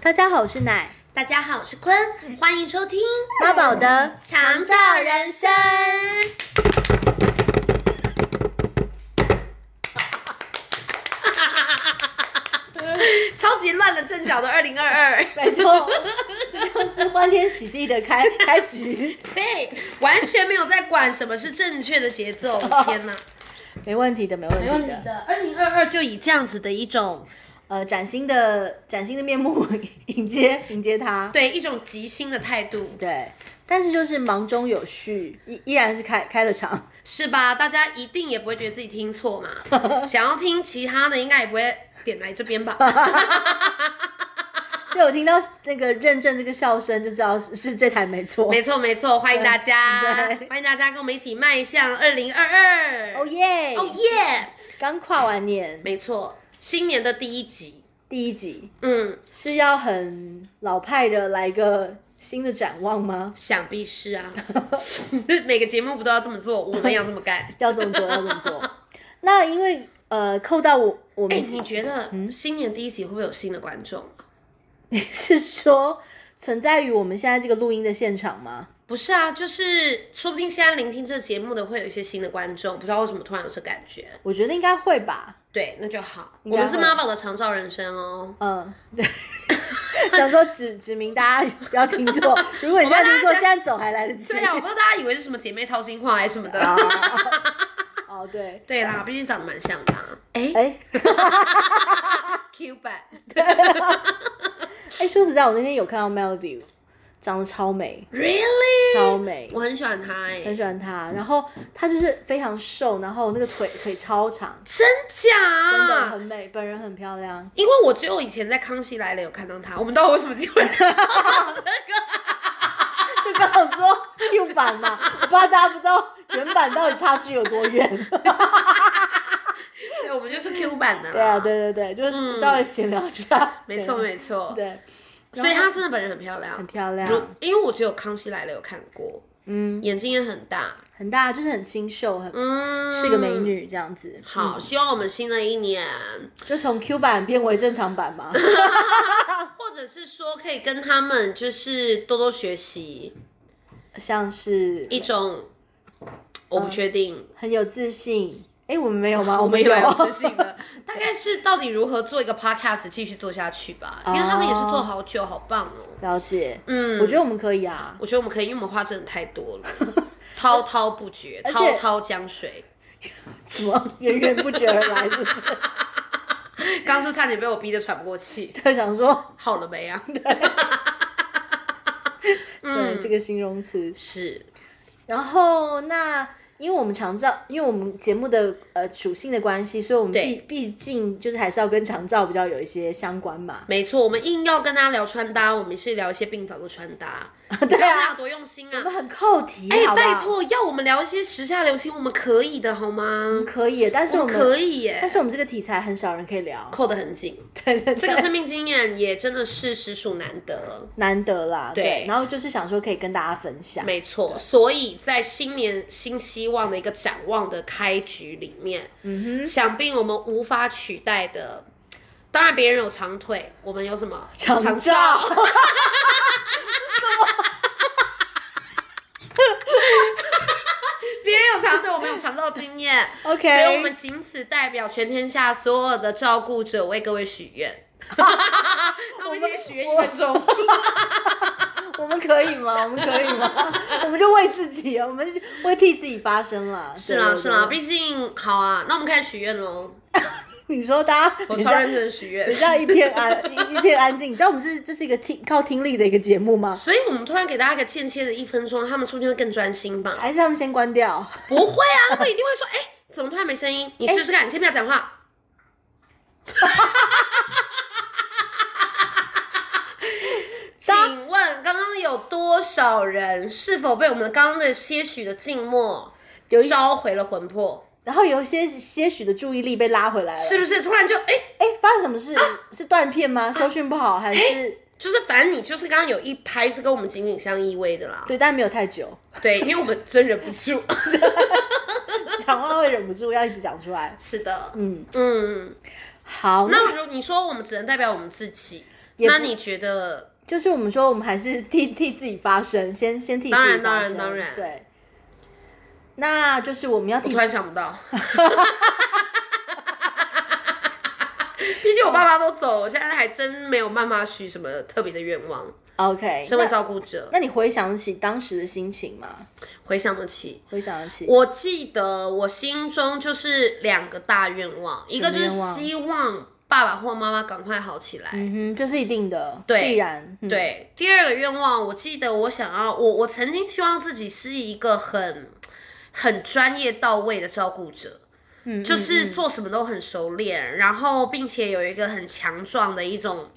大家好，我是奶大家好，我是坤，欢迎收听《妈宝的长照人生》。 超级乱了阵脚的二零二二，没错，这就是欢天喜地的开开 局，对，完全没有在管什么是正确的节奏。天哪，没问题的，没问题没问题的。的。二零二二就以这样子的一种呃，崭新的崭新的面目迎接迎接它，对一种即兴的态度，对。但是就是忙中有序，依依然是开开了场，是吧？大家一定也不会觉得自己听错嘛。想要听其他的，应该也不会点来这边吧。就我听到那个认证这个笑声，就知道是是这台没错。 没错没错，欢迎大家对，对欢迎大家跟我们一起迈向二零二二。哦耶！哦！耶！刚跨完年，没错，新年的第一集，第一集嗯，是要很老派的来一个新的展望吗？想必是啊， 每个节目不都要这么做，我们要这么干。要这么做，要这么做。 那因为呃，扣到我我哎、们、你觉得新年第一集会不会有新的观众？啊哎 是说存在于我们现在这个录音的现场吗？不是啊，就是说不定现在聆听这节目的会有一些新的观众，不知道为什么突然有这感觉。我觉得应该会吧。对，那就好。该我会们是妈宝的长照人生 哦。嗯，对。想说指指明大家不要听 错，如果你现在听错，现在走还来得及。对啊，我不知道大家以为是什么姐妹掏心话还是什么的。 哦哦，对，对啦，毕竟长得蛮像的、啊。哎、哎 Q 版，哎，说实在，我那天有看到 Melody，长得超美， Really？超美，我很喜欢他哎、很喜欢她。然后她就是非常瘦，然后那个腿腿超长，真假？真的很美，本人很漂亮。因为我只有以前在《康熙来了》有看到他，我们到底为什么 机会？就刚好说 Q 版嘛，我怕大家不知道原版到底差距有多远。 对，我们就是 Q 版的啦。对啊，，对对对，就是稍微闲聊一下。嗯没错没错。对，所以她真的本人很漂亮很，漂如亮，因为我只有《康熙来了》有看过，嗯，眼睛也很大，很大，就是很清秀，很嗯，是个美。女这样子。嗯好，希望我们新的一年，就从 Q 版变为正常版嘛。或者是说可以跟他们就是多多学习像是一种，我不确定，很有自信。哎，我们没有吗？哦我们们也蛮有自信的， 大概是到底如何做一个 podcast 继续做下去吧，因为他们也是做好久，好棒哦。 了解。嗯，我觉得我们可以啊，我觉得我们可以，因为我们话真的太多 了，滔滔不绝，而且滔滔江水。怎么源源不绝而来？就是 刚是差点被我逼得喘不过气，就想说，好了没啊？ 嗯对这个形容词是，然后那因为我们长照，因为我们节目的呃属性的关系，所以我们对毕毕竟就是还是要跟长照比较有一些相关嘛。没错。我们硬要跟大家聊穿搭，我们是聊一些病房的穿搭，对看我们啊，俩多用心我啊！们很扣题，哎、好不好拜，托，要我们聊一些时下流行，我们可以的好吗？嗯可以，但是我们可以耶但，是我们这个题材很少人可以聊，扣得很紧。对 对对，这个生命经验也真的是实属难得，难得啦，对然后就是想说可以跟大家分享，没错。所以在新年新希望的一个展望的开局里面，嗯哼，想必我们无法取代的。当然，别人有长腿，我们有什么长照照 别人有长腿，我们有长照经验 OK 所以我们仅此代表全天下所有的照顾者为各位许 愿。 那我们先许愿一分钟，我们可以吗？我们可以吗？ 我们就为自己，我们就为替自己发声啦，是啦对是啦，对毕竟好啊，那我们开始许愿喽。对你说大家，我你超像认真许愿等，下一片安 一一片安静，你知道我们这是这是一个听靠听力的一个节目吗？所以我们突然给大家一个间歇的一分钟，他们说不定会更专心吧。还是他们先关掉？不会啊，他们一定会说，哎、怎么突然没声哎音？你试试看，你先不要 讲话。请问刚刚有多少人是否被我们刚刚的些许的静默有一召回了魂魄？然后有一些些许的注意力被拉回来了，是不啊是突然就哎、哎，发生什么事？是断片吗？收讯不好还是？就是反正你就是刚刚有一拍是跟我们紧紧相依偎的啦。对，但没有太 久，对，因为我们真忍不住。 讲话会忍不住要一直讲出来。是的，嗯，嗯，好，那那如你说我们只能代表我们自己，哦也那不你觉得就是我们说，我们还是替替自己发声，先先替自当然己发声，当然当然对。那就是我们要我替突然想 不到，毕竟我爸妈哦都走，我现在还真没有办法许什么特别的愿望。 OK 身为那。照顾者，那你回想起当时的心情吗？回想得起，回想得起，我记得我心中就是两个大愿望，一个就是愿望希望爸爸或妈妈赶快好起来。嗯哼，这是一定的，对必然，嗯，对，第二个愿望，我记得我想要，我我曾经希望自己是一个很很专业到位的照顾者，嗯嗯就是嗯做什么都很熟练，然后并且有一个很强壮的一种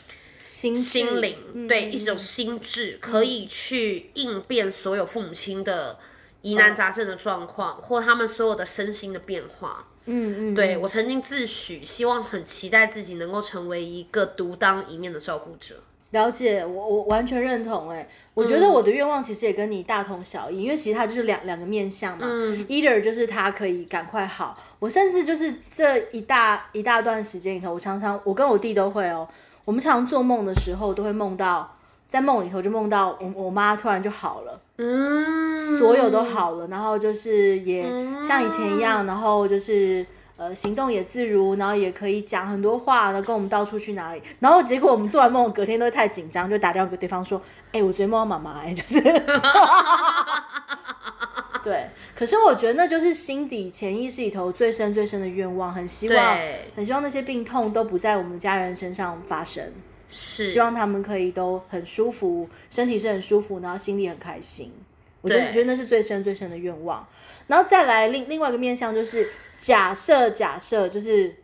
心心智灵，嗯对嗯一嗯种心智，可以去应变所有父母亲的疑难杂症的状况，或他们所有的身心的变化。嗯嗯嗯，对嗯我曾经自诩，希望很期待自己能够成为一个独当一面的照顾者。了解，我我完全认同、哎，我嗯觉得我的愿望其实也跟你大同小异，因为其实它就是两两个面向嘛。嗯 Either 就是他可以赶快好，我甚至就是这一大一大段时间里头，我常常我跟我弟都会哦，我们常做梦的时候都会梦到，在梦里头就梦到我我妈突然就好了，嗯，所有都好了，然后就是也像以前一样，然后就是呃行动也自如，然后也可以讲很多话，然后跟我们到处去哪里，然后结果我们做完梦，隔天都会太紧张，就打电话给对方说，哎、我昨天梦到妈妈、哎，就是，对。可是我觉得那就是心底潜意识里头最深最深的愿望，很希望对，很希望那些病痛都不在我们家人身上发生，是希望他们可以都很舒服，身体是很舒服，然后心里很开心。我觉得对觉得那是最深最深的愿望。然后再来另另外一个面向就是假设假设就是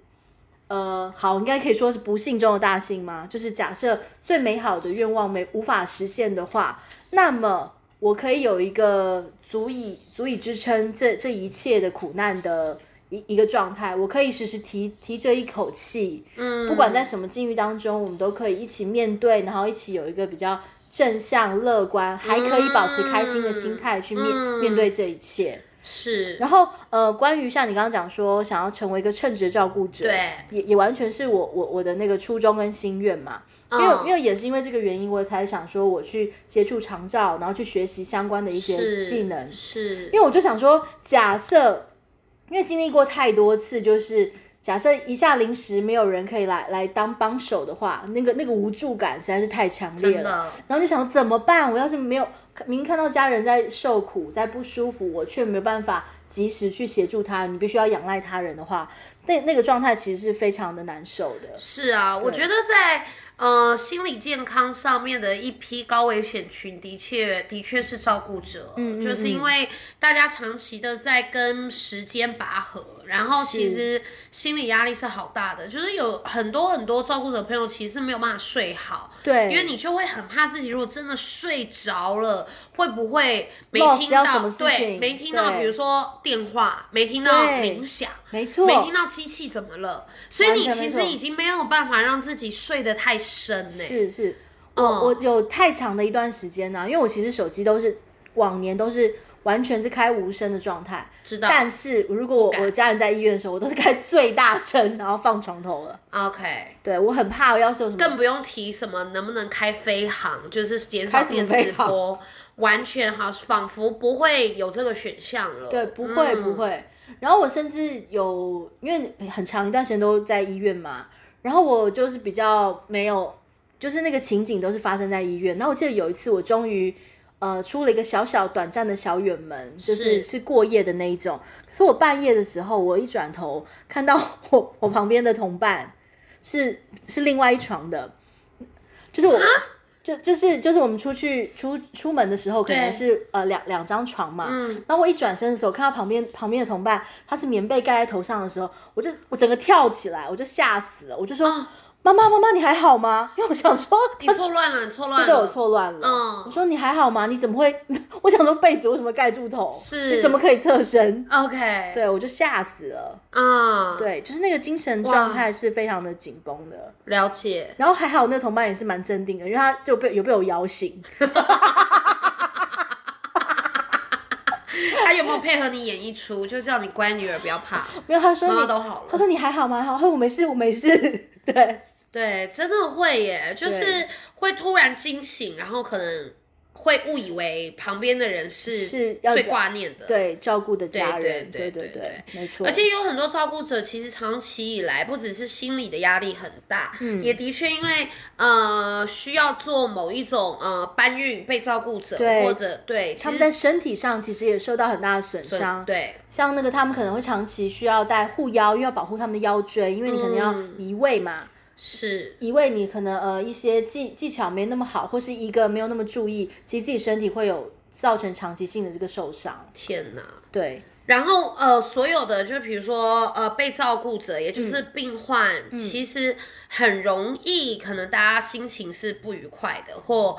呃好，应该可以说是不幸中的大幸吗？就是假设最美好的愿望没无法实现的话，那么我可以有一个足以足以支撑这这一切的苦难的一一个状态，我可以时时提提着一口气，嗯，不管在什么境遇当中，我们都可以一起面对，然后一起有一个比较正向、乐观，还可以保持开心的心态去面、嗯面对这一切。是，然后，呃，关于像你刚刚讲说想要成为一个称职的照顾者，对也也完全是我我我的那个初衷跟心愿嘛。因为、嗯因为也是因为这个原因，我才想说我去接触长照，然后去学习相关的一些是技能。是，因为我就想说，假设因为经历过太多次，就是假设一下临时没有人可以来来当帮手的话，那个那个无助感实在是太强烈真了。的然后就想怎么办？我要是没有明明看到家人在受苦、在不舒服，我却没有办法及时去协助他，你必须要仰赖他人的话，那那个状态其实是非常的难受的。是啊，我觉得在呃心理健康上面的一批高危险群，的确的确是照顾者，嗯嗯就是嗯因为大家长期的在跟时间拔河，然后其是实心理压力是好大的，就是有很多很多照顾者朋友其实没有办法睡好，对，因为你就会很怕自己，如果真的睡着了，会不会没 Lost 听掉什到么？事对，情没听到，对比如说电话，没听到对铃响，没错，没听到机器怎么了？所以完你全其没实错已经没有办法让自己睡得太深呢、是是，我、嗯我有太长的一段时间呢、因为我其实手机都是往年都是完全是开无声的状态，知道但是如果我我家人在医院的时候，我都是开最大声，然后放床头了。 ？OK，对我很怕，我要是有什啊更么。不用提什么能不能开飞航，就是减开少什么电飞磁波，完全好，仿佛不会有这个选项了。对，不会嗯不会。然后我甚至有，因为很长一段时间都在医院嘛，然后我就是比较没有，就是那个情景都是发生在医院。然后我记得有一次，我终于呃出了一个小小短暂的小远门，就是是是过夜的那一种。可是我半夜的时候，我一转头看到我我旁边的同伴是是另外一床的，就是我。就就是就是我们出去出出门的时候，可能对是呃两两张床嘛，嗯，然后我一转身的时候，看到旁边旁边的同伴，他是棉被盖在头上的时候，我就我整个跳起来，我就吓死了，我就说：“哦妈妈，妈妈，你还好吗？”因为我想 说，你错乱了，你错乱对对，我了。错乱了。嗯我说：“你还好吗？你怎么会？” 我想说被子为什么盖住头？是你怎么可以侧身？ OK，对，我就吓死了。啊，，对，就是那个精神状态是非常的紧绷的。了解。然后还好那个同伴也是蛮镇定的，因为他就被有被我摇醒。他有没有配合你演一出？就叫你乖女儿，不要怕，没有，他说妈你妈都好他了。 说你还好吗？还好，他说我没事，我没事。对，对，真的会耶，就是对会突然惊醒，然后可能会误以为旁边的人是是要最挂念的，。对照顾的家对人，对对对对没错。而且有很多照顾者，其实长期以来不只是心理的压力很大，嗯也的确因为呃需要做某一种呃搬运被照顾者对或者对，其他们实在身体上其实也受到很大的损伤，对像那个他们可能会长期需要戴护腰，因为要保护他们的腰椎，因为你可能要嗯移位嘛，是移位你可能呃一些技技巧没那么好，或是一个没有那么注意，其实自己身体会有造成长期性的这个受伤。天哪。对，然后呃，所有的就比如说呃，被照顾者，也就是病患，其实很容易，可能大家心情是不愉快的，或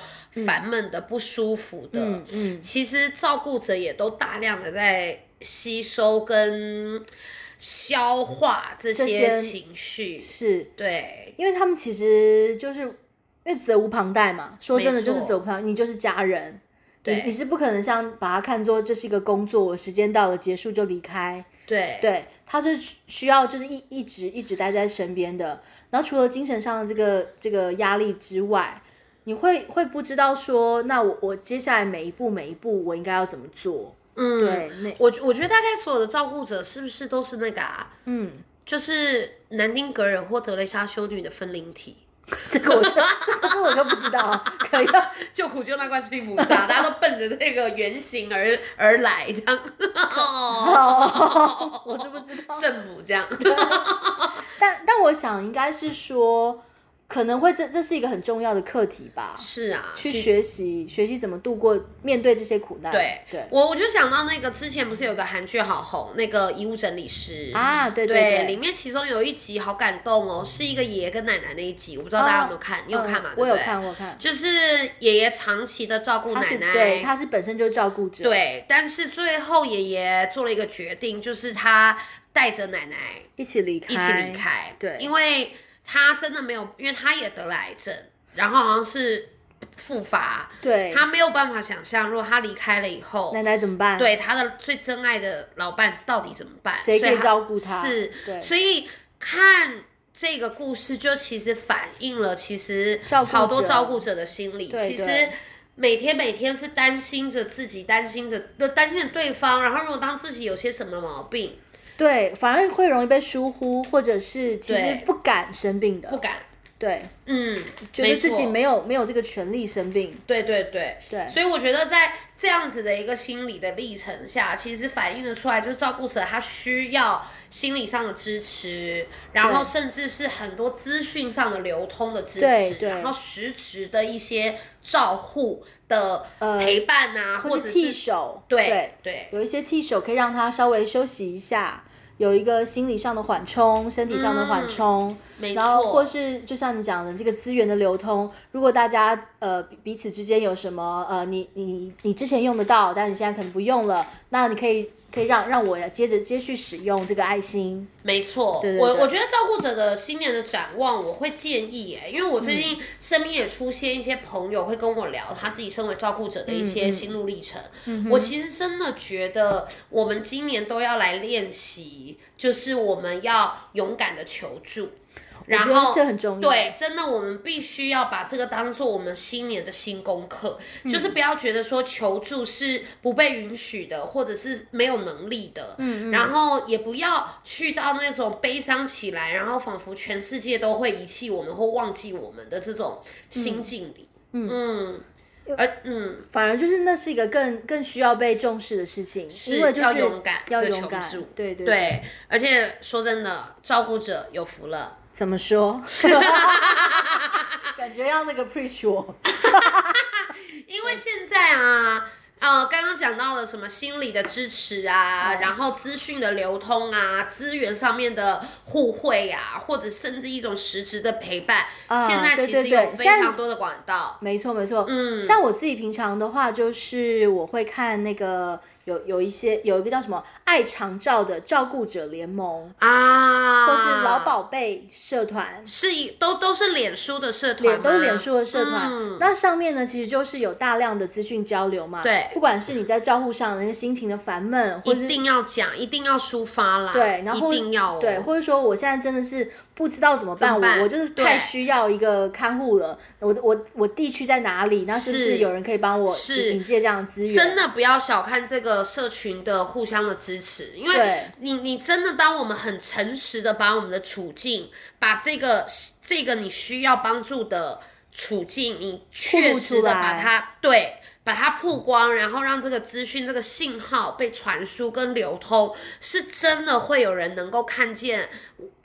烦闷的、不舒服的。嗯嗯，其实照顾者也都大量的在吸收跟消化这这些些情绪，是对，因为他们其实就是因为责无旁贷嘛，说真的没就错是责无旁贷，你就是家人。你对你是不可能像把它看作这是一个工作，我时间到了结束就离开，对，对，他是需需要就是一一直一直待在身边的。然后除了精神上的这个这个压力之外，你会会不知道说，那我我接下来每一步每一步我应该要怎么做？嗯，对，那我我觉得大概所有的照顾者是不是都是那个啊，嗯，就是南丁格尔或德蕾莎修女的分灵体。这个我就这个我就不知道，可以 要救苦救难观世音菩 萨，啊大家都奔着这个原型而而来，这样哦，哦我是不知道。 圣母这样，但但我想应该是说，可能会这这是一个很重要的课题吧，是啊，去其实学习学习怎么度过面对这些苦难。对对我我就想到那个之前不是有个韩剧好红，那个遗物整理师。啊，对对，对里面其中有一集好感动哦，是一个爷爷跟奶奶那一集，我不知道大家有没有看，你有看吗？嗯我对不有对看，我有看。就是爷爷长期的照顾他奶是奶，对，他是本身就是照顾者，，对，但是最后爷爷做了一个决定，就是他带着奶奶一起离开，一起离。开。对因为他真的没有，因为他也得了癌症，然后好像是复发，对，他没有办法想象，如果他离开了以后奶，奶怎么办？，对他的最珍爱的老伴到底怎么办？谁所可以他照顾他？是，对，所以看。这个故事就其实反映了，其实照顾好多者照顾者的心理。对其实对每天每天是担心着自己，担心着就担心着对方。然后如果当自己有些什么毛病，对，反而会容易被疏忽，或者是其实对不敢生病的，不敢，对，嗯，觉得自没己错没有没有这个权利生病，对对对对所以我觉得在这样子的一个心理的历程下，其实反映的出来，就是照顾者他需要心理上的支持，然后对甚至是很多资讯上的流通的支对持，对然后实质的一些照护的陪伴啊，或呃或者是替是手，对对有一些替手可以让他稍微休息一下，有一个心理上的缓冲，身体上的缓冲，嗯没然后或错，是就像你讲的这个资源的流通，如果大家呃彼彼此之间有什么呃你你你之前用得到，但你现在可能不用了，那你可以可以让让我来接着接续使用这个爱心，没错。对对我对我觉得照顾者的新年的展望，我会建议耶，因为我最嗯近身边也出现一些朋友会跟我聊他自己身为照顾者的一些嗯心路历程。我其实真的觉得，我们今年都要来练习，就是我们要勇敢的求助，然我觉得后这很重要，对，真的我们必须要把这个当做我们新年的新功课，就是不要觉得说求助是不被允许的，或者是没有能力的，嗯嗯然后也不要去到那种悲伤起来，然后仿佛全世界都会遗弃我们或忘记我们的这种心境里，嗯。而嗯，反而就是那是一个更更需要被重视的事情，是因为就是要勇敢要地勇求敢助，对对对，对，而且说真的，照顾者有福了。怎么 说？感觉要那个 preach 我，因为现在啊，呃，刚刚讲到了什么心理的支持啊，嗯然后资讯的流通啊，资源上面的互惠啊，或者甚至一种实质的陪伴，啊现在对其对实对有非现在常多的管道。没错没错，嗯，像我自己平常的话，就是我会看那个有有一些有一个叫什么“爱长照”的照顾者联盟，啊，或是老宝贝社团，是一都都是脸书的社团脸吗，都是脸书的社团。嗯那上面呢，其实就是有大量的资讯交流嘛。对不管是你在照顾上的那些心情的烦闷，或一是定要讲，一定要抒发啦，对然后一定要、哦、对，或者说我现在真的是不知道怎么办，怎么办我我就是对太需要一个看护了。我我我地区在哪里？那是不是是有人可以帮我是引介这样的资源？真的不要小看这个社群的互相的支持，因对为你你真的当我们很诚实的把我们的处境，把这个这个你需要帮助的处境，你确实的把它对。把它曝光，然后让这个资讯、这个信号被传输跟流通，是真的会有人能够看见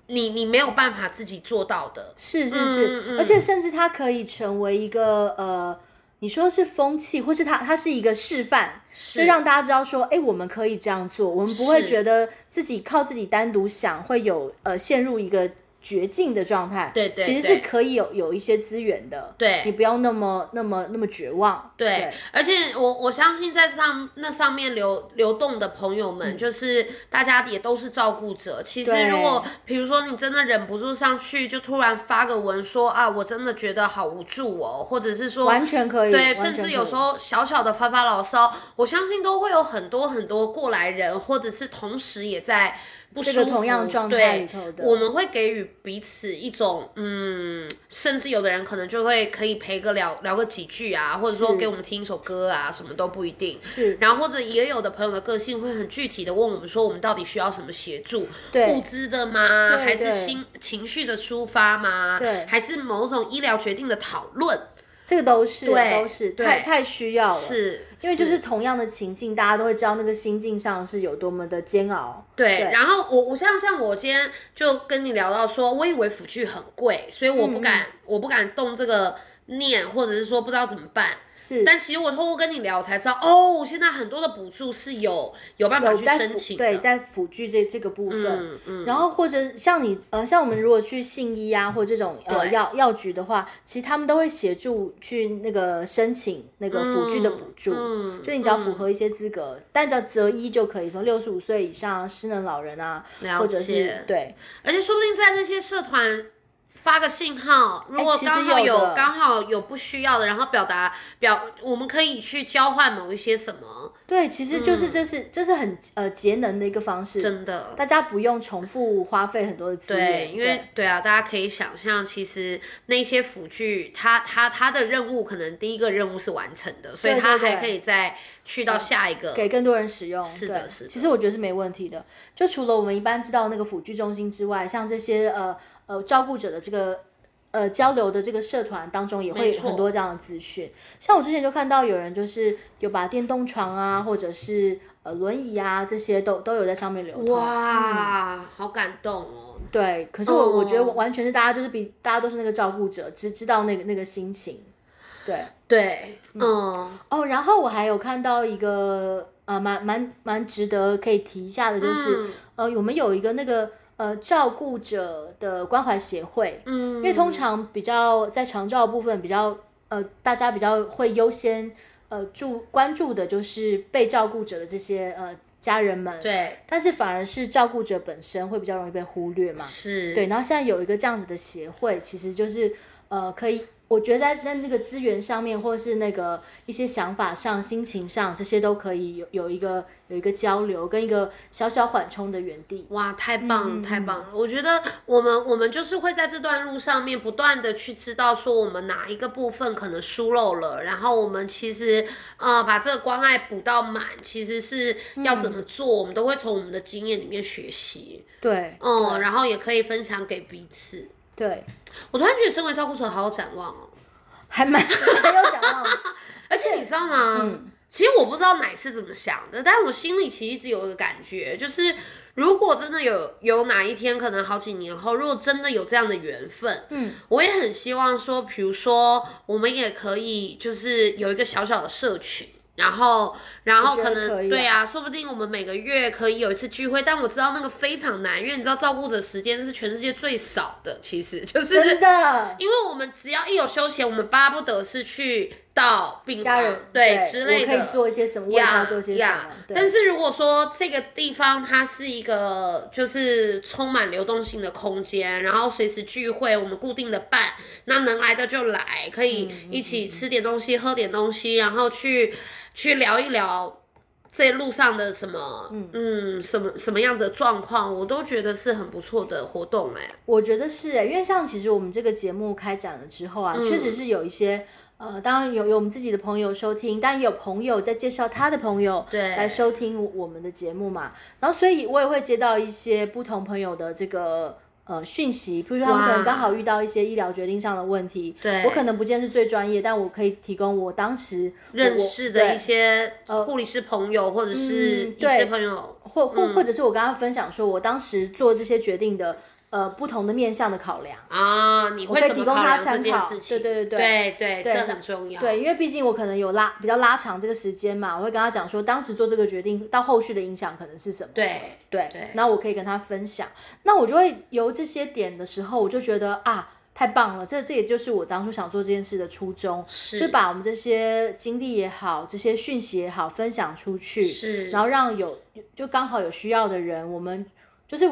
你，你没有办法自己做到的。是是是，嗯嗯而且甚至它可以成为一个呃，你说是风气，或是它它是一个示范，是就让大家知道说，哎、我们可以这样做，我们不会是觉得自己靠自己单独想会有呃陷入一个绝境的状态。对对其实对是可以有有一些资源的，对你不要那么那么那么绝望。对，而且我我相信在上那上面流流动的朋友们，就是大家也都是照顾者。其嗯实对如果比如说你真的忍不住上去，就突然发个文说啊，我真的觉得好无助哦，或者是说完全可以，对，完甚全可至以有时候小小的发发牢骚，我相信都会有很多很多过来人，或者是同时也在不舒个服，同样状态对里头的我们会给予彼此一种嗯，甚至有的人可能就会可以陪个聊聊个几句啊，或者说是给我们听一首歌啊，什么都不一定。是然后或者也有的朋友的个性会很具体的问我们说，我们到底需要什么协助？对物资的吗？对还是对心情绪的抒发吗？对还是某种医疗决定的讨论？这个都是对都是对太太需要了，是，因为就是同样的情境，大家都会知道那个心境上是有多么的煎熬。对，对然后我我像像我今天就跟你聊到说，我以为辅具很贵，所以我不敢、嗯我不敢动这个念，或者是说不知道怎么办。是，但其实我通过跟你聊，我才知道哦，现在很多的补助是有有办法有去在申辅请对的。在辅具这这个部分。嗯嗯，然后或者像你呃，像我们如果去信医啊，或者这种呃对药药局的话，其实他们都会协助去那个申请那个辅具的补助，嗯嗯就你只要符合一些资格，但只要择一就可以，从六十五岁以上啊失能老人啊，了或者解是对而且说不定在那些社团发个信号，如果哎其实刚好有有的刚好有不需要的，然后表达表，我们可以去交换某一些什么，对，其实就是这是、这是很呃节能的一个方式，嗯真的。大家不用重复花费很多的资源，对，因为对啊，大家可以想象，其实那些辅具，它它它的任务可能第一个任务是完成的，所以对它对还可以再去到下一个。给更多人使用。是的是的其实我觉得是没问题的。就除了我们一般知道那个辅具中心之外，像这些呃呃照顾者的这个。呃，交流的这个社团当中也会没有错很多这样的资讯。像我之前就看到有人就是有把电动床啊，或者是呃轮椅啊这些都都有在上面流通。哇，好感动哦！嗯对，可是我、我觉得哦完全是大家就是比大家都是那个照顾者，只知道那个那个心情。对，对，嗯，哦，然后我还有看到一个呃，蛮蛮蛮值得可以提一下的，就是、嗯呃，我们有一个那个呃照顾者的关怀协会，嗯，因因为通常比较在长照部分比较呃，大家比较会优先呃注关注的就是被照顾者的这些呃家人们，，对但是反而是照顾者本身会比较容易被忽略嘛，是，对，然后现在有一个这样子的协会，其实就是呃，可以，我觉得在在那个资源上面，或是那个一些想法上、心情上，这些都可以有有一个有一个交流，跟一个小小缓冲的原地。哇，太棒了，嗯太棒了！我觉得我们我们就是会在这段路上面不断的去知道说我们哪一个部分可能疏漏了，然后我们其实呃把这个关爱补到满，其实是要怎嗯么做，我们都会从我们的经验里面学习，对，嗯，然后也可以分享给彼此。对，我突然觉得身为照顾者好有展望哦，还蛮很有展望。而且你知道吗？嗯其实我不知道奶是怎么想的，但我心里其实一直有一个感觉，就是如果真的有有哪一天，可能好几年后，如果真的有这样的缘分，嗯，我也很希望说，比如说我们也可以就是有一个小小的社群。然后，然我后觉可得能可以啊对啊，说不定我们每个月可以有一次聚会，但我知道那个非常难，因为你知道照顾者时间是全世界最少的，其实就是真的，因为我们只要一有休闲，我们巴不得是去到病家房人啊对之类我可以的。做一些什么，为他做些什么。对但是如果说这个地方它是一个就是充满流动性的空间，然后随时聚会，我们固定的办，那能来的就来，嗯可以一起吃点东西、喝点东西，然后去去聊一聊这路上的什么，嗯什么什么样子的状况，我都觉得是很不错的活动哎、我觉得是哎、因为像其实我们这个节目开展了之后啊，确嗯实是有一些呃，当然有有我们自己的朋友收听，但也有朋友在介绍他的朋友对来收听我们的节目嘛。然后所以我也会接到一些不同朋友的这个。呃，讯息，比如说他们可能哇刚好遇到一些医疗决定上的问题，对我可能不见得是最专业，但我可以提供我当时认认识的一些护理师朋友或者是哦嗯医师对朋友，或或或者是我跟他分享说，我当时做这些决定的呃不同的面向的考量。啊，你会可以怎么提供考他量这参件考事情？对对对对对对这很重要。对，因为毕竟我可能有拉比较拉长这个时间嘛，我会跟他讲说，当时做这个决定到后续的影响可能是什么。对对对那我可以跟他分享。那我就会由这些点的时候，我就觉得啊，太棒了，这这也就是我当初想做这件事的初衷，是就把我们这些经历也好，这些讯息也好，分享出去，是然后让有就刚好有需要的人，我们就是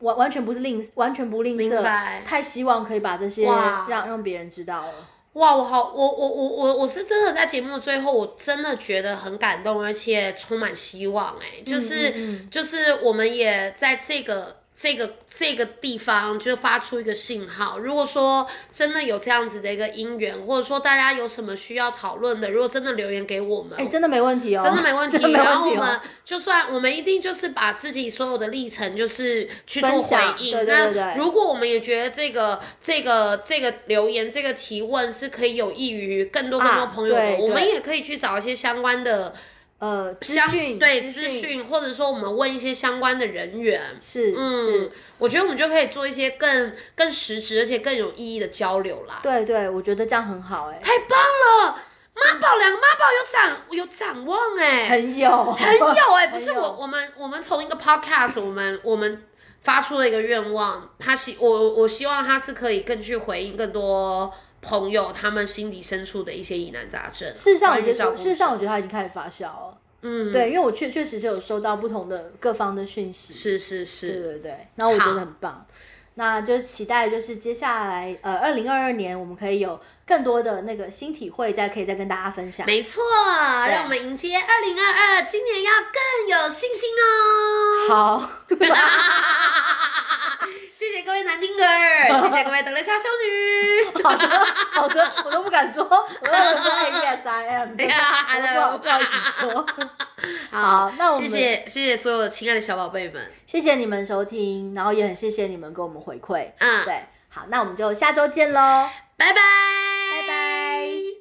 完完全不是吝，完全不吝明啬白，太希望可以把这些哇让让别人知道了。哇，我好，我我我我我是真的在节目的最后，我真的觉得很感动，而且充满希望、哎，就是、嗯嗯就是我们也在这个。这个这个地方就发出一个信号。如果说真的有这样子的一个因缘，或者说大家有什么需要讨论的，如果真的留言给我们，哎、真的没问题哦， 真的没问题。真的没问然后我题哦们就算我们一定就是把自己所有的历程就是去做分回享应。对对对那对如果我们也觉得这个这个这个留言这个提问是可以有益于更多更多啊朋友的，对我们对也可以去找一些相关的呃，资相讯对资，讯，或者说我们问一些相关的人员。是嗯是，，我觉得我们就可以做一些更更实质而且更有意义的交流啦。对对，我觉得这样很好哎、太棒了，妈宝两个妈宝有展有展望哎、很有 很有哎、不很是有我，我们我们从一个 podcast，我们我们发出了一个愿望，他希我我希望他是可以更去回应更多朋友他们心底深处的一些疑难杂症。事实上，我关于觉照得顾事实上，我者觉得它已经开始发酵了。嗯，对，因为我确确实是有收到不同的各方的讯息，是是对是，对对，那我觉好得很棒。那就期待就是接下来呃，二零二二年我们可以有更多的那个新体会，再可以再跟大家分享。没错，对让我们迎接二零二二，今年要更有信心 哦。好，谢谢各位 男丁儿，谢谢各位德雷莎修女。 好的，好的，我都不敢说，我都不敢说，哎，yes I am，我都不好 不好意思说。好那我谢们谢谢谢所有亲爱的小宝贝们，谢谢你们收听，然后也很谢谢你们给我们回馈。嗯对，好，那我们就下周见喽，拜拜，拜拜拜。